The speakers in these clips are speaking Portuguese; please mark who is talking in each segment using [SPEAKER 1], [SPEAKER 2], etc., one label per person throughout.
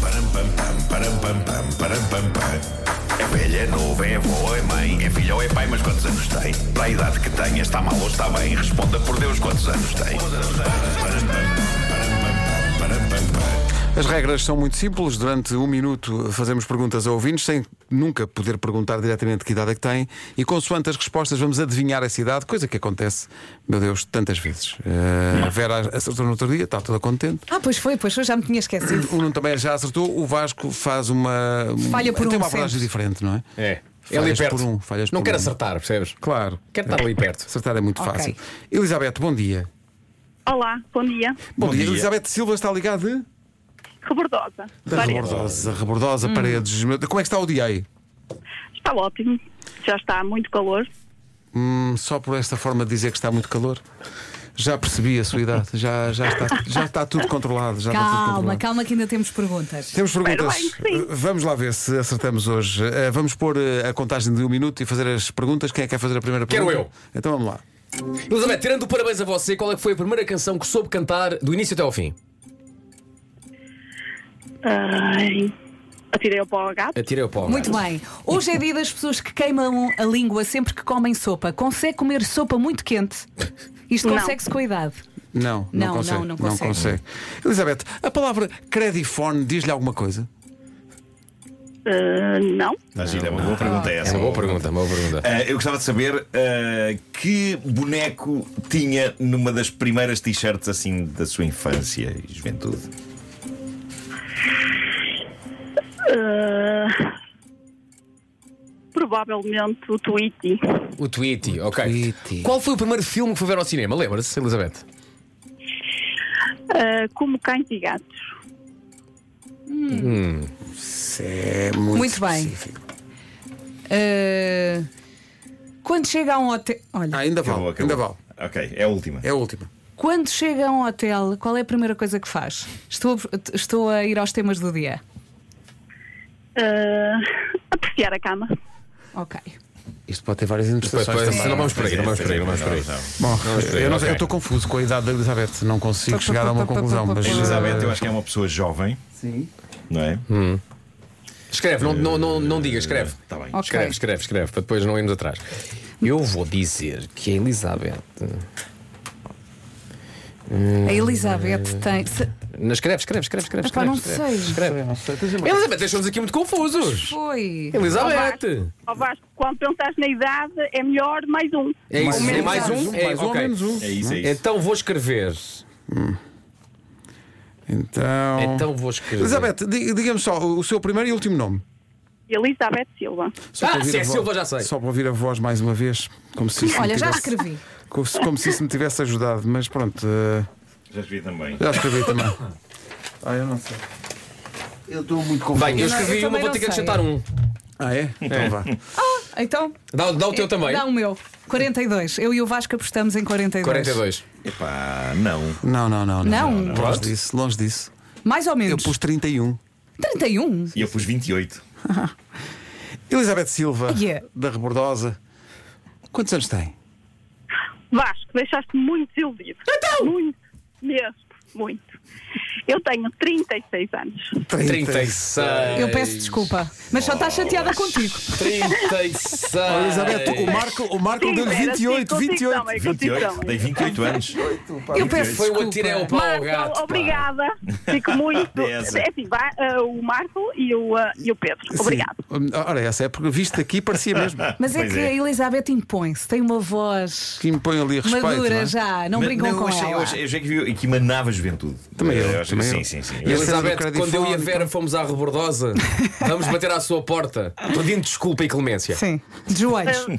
[SPEAKER 1] pam, pam, param, pam, pam, param, pam, pam. É velha, é novo, é avô, é mãe, é filho ou é pai, mas quantos anos tem? Para a idade que tem, está mal ou está bem? Responda por Deus quantos anos tem.
[SPEAKER 2] As regras são muito simples. Durante um minuto fazemos perguntas a ouvintes, sem nunca poder perguntar diretamente que idade é que têm. E consoante as respostas, vamos adivinhar essa idade, coisa que acontece, meu Deus, tantas vezes. Eh, a Vera acertou no outro dia, está toda contente.
[SPEAKER 3] Ah, pois foi, pois foi, já me tinha esquecido.
[SPEAKER 2] O Nuno também já acertou. O Vasco faz uma.
[SPEAKER 3] Falha por
[SPEAKER 2] Tem
[SPEAKER 3] um
[SPEAKER 2] uma abordagem diferente, não é?
[SPEAKER 4] É. É ali
[SPEAKER 2] Falhas
[SPEAKER 4] perto.
[SPEAKER 2] por um, falhas
[SPEAKER 4] não
[SPEAKER 2] por
[SPEAKER 4] quero
[SPEAKER 2] um.
[SPEAKER 4] acertar, percebes?
[SPEAKER 2] Claro.
[SPEAKER 4] Quero estar ali perto.
[SPEAKER 2] Acertar é muito
[SPEAKER 3] Ok.
[SPEAKER 2] fácil. Elizabeth, bom dia.
[SPEAKER 5] Olá, bom dia.
[SPEAKER 2] Bom, dia.
[SPEAKER 4] dia.
[SPEAKER 2] Elizabeth Silva está ligada de?
[SPEAKER 5] Rebordosa.
[SPEAKER 2] Da
[SPEAKER 5] Várias-
[SPEAKER 2] rebordosa,
[SPEAKER 3] Hum.
[SPEAKER 2] rebordosa, paredes. Meu- Como é que está o dia aí?
[SPEAKER 5] Está ótimo. Já está muito calor.
[SPEAKER 2] Hum, Só por esta forma de dizer que está muito calor. Já percebi a sua idade, já, já, está, já está tudo controlado. Já está tudo
[SPEAKER 3] Calma,
[SPEAKER 2] controlado.
[SPEAKER 3] calma, que ainda temos perguntas.
[SPEAKER 2] Temos perguntas.
[SPEAKER 5] Espero bem que sim.
[SPEAKER 2] Uh, Vamos lá ver se acertamos hoje. Uh, Vamos pôr uh, a contagem de um minuto e fazer as perguntas. Quem é que quer fazer a primeira
[SPEAKER 4] Quero
[SPEAKER 2] pergunta?
[SPEAKER 4] eu.
[SPEAKER 2] Então vamos lá.
[SPEAKER 4] Elizabeth, tirando o parabéns a você, qual é que foi a primeira canção que soube cantar do início até ao fim?
[SPEAKER 5] Ai, Atirei-o para o gato.
[SPEAKER 4] Atirei o pau.
[SPEAKER 3] Muito bem. Hoje é dia das pessoas que queimam a língua sempre que comem sopa. Consegue comer sopa muito quente? Isto
[SPEAKER 5] Não.
[SPEAKER 3] consegue-se com a idade.
[SPEAKER 2] Não, não,
[SPEAKER 3] Não,
[SPEAKER 2] consegue.
[SPEAKER 3] não, não consegue.
[SPEAKER 2] Elizabeth, a palavra credifone diz-lhe alguma coisa?
[SPEAKER 5] Ah, não.
[SPEAKER 1] Mas gira, uma boa pergunta é
[SPEAKER 4] É
[SPEAKER 1] essa.
[SPEAKER 4] uma boa pergunta, uma boa pergunta.
[SPEAKER 1] Ah, eu gostava de saber ah, que boneco tinha numa das primeiras t-shirts assim da sua infância e juventude.
[SPEAKER 5] Ah, provavelmente o Tweety.
[SPEAKER 4] O Tweety, ok.
[SPEAKER 2] Tweety.
[SPEAKER 4] Qual foi o primeiro filme que foi ver ao cinema? Lembra-se, Elizabeth?
[SPEAKER 5] Ah, como cães e gatos.
[SPEAKER 2] É
[SPEAKER 3] Muito bem. Ah, quando chega a um hotel. Olha,
[SPEAKER 2] Ah, ainda
[SPEAKER 1] Acabou,
[SPEAKER 2] vale,
[SPEAKER 1] acabou.
[SPEAKER 2] ainda vale.
[SPEAKER 1] Ok, é a última.
[SPEAKER 2] É a última.
[SPEAKER 3] quando chega a um hotel, qual é a primeira coisa que faz? Estou, estou a ir aos temas do dia.
[SPEAKER 5] Ah, apreciar a cama.
[SPEAKER 3] Ok.
[SPEAKER 2] Isto pode ter várias interpretações
[SPEAKER 4] Pois,
[SPEAKER 2] também.
[SPEAKER 4] pois, não vamos por aí, não
[SPEAKER 1] é,
[SPEAKER 4] vamos por aí, não vamos por aí.
[SPEAKER 2] Bom, eu não sei,
[SPEAKER 4] ok.
[SPEAKER 2] eu estou confuso com a idade da Elizabeth, não consigo chegar a uma conclusão, mas
[SPEAKER 1] Elizabeth, eu acho que é uma pessoa jovem. Sim. Não é?
[SPEAKER 2] Hum.
[SPEAKER 4] Escreve, não, não, não, não diga, escreve.
[SPEAKER 2] Tá
[SPEAKER 1] Está bem.
[SPEAKER 3] Ok.
[SPEAKER 4] Escreve, escreve, escreve, para depois não irmos atrás. Eu vou dizer que a Elizabeth.
[SPEAKER 3] A Elizabeth tem. se-
[SPEAKER 4] Não, escreve, escreve, escreve, escreve.
[SPEAKER 3] Epá,
[SPEAKER 4] escreve,
[SPEAKER 3] não
[SPEAKER 4] escreve,
[SPEAKER 3] sei.
[SPEAKER 4] Escreve. Elizabeth, deixou-nos aqui muito confusos.
[SPEAKER 3] Foi.
[SPEAKER 4] Elizabeth!
[SPEAKER 5] Ó Vasco, quando pensares na idade, é melhor mais um.
[SPEAKER 4] É isso,
[SPEAKER 5] Ou
[SPEAKER 4] é
[SPEAKER 5] menos
[SPEAKER 4] mais um? É,
[SPEAKER 2] mais um ou
[SPEAKER 4] ok.
[SPEAKER 2] menos um.
[SPEAKER 1] É isso, é isso.
[SPEAKER 4] Então vou escrever.
[SPEAKER 2] Então.
[SPEAKER 4] Então vou escrever.
[SPEAKER 2] Elizabeth, di- diga-me só o seu primeiro e último nome.
[SPEAKER 5] Elizabeth Silva.
[SPEAKER 2] Só
[SPEAKER 4] Ah,
[SPEAKER 2] para ouvir
[SPEAKER 4] se é
[SPEAKER 2] a voz-
[SPEAKER 4] Silva, já sei.
[SPEAKER 2] Só para ouvir a voz mais uma vez. Como se isso me
[SPEAKER 3] Olha, já
[SPEAKER 2] tivesse-
[SPEAKER 3] escrevi.
[SPEAKER 2] Como se, como se isso me tivesse ajudado, mas pronto, eh,
[SPEAKER 1] Já escrevi também.
[SPEAKER 2] já escrevi também. Ah, eu não sei. Eu estou muito confuso.
[SPEAKER 4] Bem, eu
[SPEAKER 3] não- eu
[SPEAKER 4] escrevi
[SPEAKER 3] também
[SPEAKER 4] uma, vou ter
[SPEAKER 3] não
[SPEAKER 4] que
[SPEAKER 3] sei.
[SPEAKER 4] acrescentar um.
[SPEAKER 2] Ah, é? Então vá.
[SPEAKER 3] Então.
[SPEAKER 4] Dá, dá o teu também.
[SPEAKER 3] Dá o meu. 42. Eu e o Vasco apostamos em 42.
[SPEAKER 4] 42.
[SPEAKER 1] Epá, não.
[SPEAKER 2] Não, não, não.
[SPEAKER 3] Não.
[SPEAKER 2] Longe disso, longe disso.
[SPEAKER 3] Mais ou
[SPEAKER 2] Eu
[SPEAKER 3] menos.
[SPEAKER 2] pus 31.
[SPEAKER 3] 31?
[SPEAKER 1] E eu pus 28.
[SPEAKER 2] Elizabeth Silva,
[SPEAKER 3] Yeah.
[SPEAKER 2] da Rebordosa. Quantos anos tem?
[SPEAKER 5] Vasco, deixaste-me muito desiludido. Então! Muito, mesmo, muito. Eu tenho 36 anos.
[SPEAKER 4] 36.
[SPEAKER 3] Eu peço desculpa, mas só
[SPEAKER 2] Oh.
[SPEAKER 3] estás chateada contigo.
[SPEAKER 4] 36.
[SPEAKER 2] Elizabeth, assim o Marco, o Marco
[SPEAKER 5] Sim, assim,
[SPEAKER 2] deu
[SPEAKER 5] Vera, sim,
[SPEAKER 2] 28,
[SPEAKER 5] contigo
[SPEAKER 2] 28.
[SPEAKER 5] também, contigo
[SPEAKER 1] 28?
[SPEAKER 5] também.
[SPEAKER 1] Dei 28 anos.
[SPEAKER 3] Então. Eu peço
[SPEAKER 2] um
[SPEAKER 4] Foi
[SPEAKER 3] desculpa.
[SPEAKER 4] o atirei ao pau ao
[SPEAKER 5] Marco,
[SPEAKER 4] gato. pá.
[SPEAKER 5] obrigada. Fico muito.
[SPEAKER 1] É essa.
[SPEAKER 5] É assim, vai, eh, o Marco e o, eh, e o Pedro. Obrigado.
[SPEAKER 2] Sim. Ora, essa é porque visto aqui parecia mesmo.
[SPEAKER 3] Mas é
[SPEAKER 1] Pois
[SPEAKER 3] que
[SPEAKER 1] é.
[SPEAKER 3] a Elizabeth impõe-se, tem uma voz
[SPEAKER 2] Que impõe ali respeito. não
[SPEAKER 3] madura
[SPEAKER 2] é?
[SPEAKER 3] já, não
[SPEAKER 1] Mas-
[SPEAKER 3] brincam
[SPEAKER 1] eu
[SPEAKER 3] com
[SPEAKER 1] achei, Eu
[SPEAKER 3] ela.
[SPEAKER 1] achei, eu achei que, vi- que emanava juventude.
[SPEAKER 2] Também eu,
[SPEAKER 1] achei-
[SPEAKER 2] também eu.
[SPEAKER 1] Sim, sim, sim.
[SPEAKER 2] E
[SPEAKER 1] Eu-
[SPEAKER 2] esse-
[SPEAKER 4] Elizabeth,
[SPEAKER 2] Credifone,
[SPEAKER 4] quando eu e a Vera
[SPEAKER 2] então.
[SPEAKER 4] fomos à rebordosa, vamos bater à sua porta pedindo desculpa e
[SPEAKER 1] é-
[SPEAKER 4] clemência.
[SPEAKER 3] Sim, de joelhos.
[SPEAKER 5] Eh,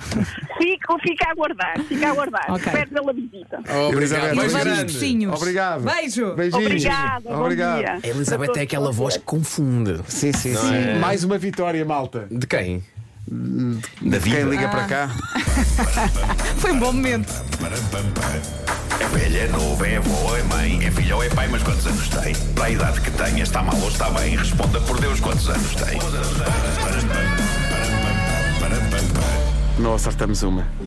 [SPEAKER 5] Fico, fica a aguardar, fica a aguardar.
[SPEAKER 3] Ok.
[SPEAKER 5] Espero pela visita.
[SPEAKER 2] Elizabeth,
[SPEAKER 4] Obrigado.
[SPEAKER 3] E
[SPEAKER 2] Beijo
[SPEAKER 3] vamos
[SPEAKER 2] grande.
[SPEAKER 3] beijinhos.
[SPEAKER 2] Obrigado.
[SPEAKER 3] Beijo.
[SPEAKER 2] Beijinhos.
[SPEAKER 5] Obrigada, bom
[SPEAKER 2] Obrigado.
[SPEAKER 5] dia.
[SPEAKER 4] A Elizabeth é aquela voz que confunde.
[SPEAKER 2] Sim, sim, sim. Mais uma vitória, malta.
[SPEAKER 4] De quem?
[SPEAKER 1] Da vida.
[SPEAKER 2] Quem liga
[SPEAKER 3] Ah.
[SPEAKER 2] para cá?
[SPEAKER 3] Foi um bom momento.
[SPEAKER 1] É velha, é novo, é avô, é mãe, é filho ou é pai, mas quantos anos tem? Para a idade que tem, está mal ou está bem? Responda por Deus quantos anos tem.
[SPEAKER 2] Não acertamos uma.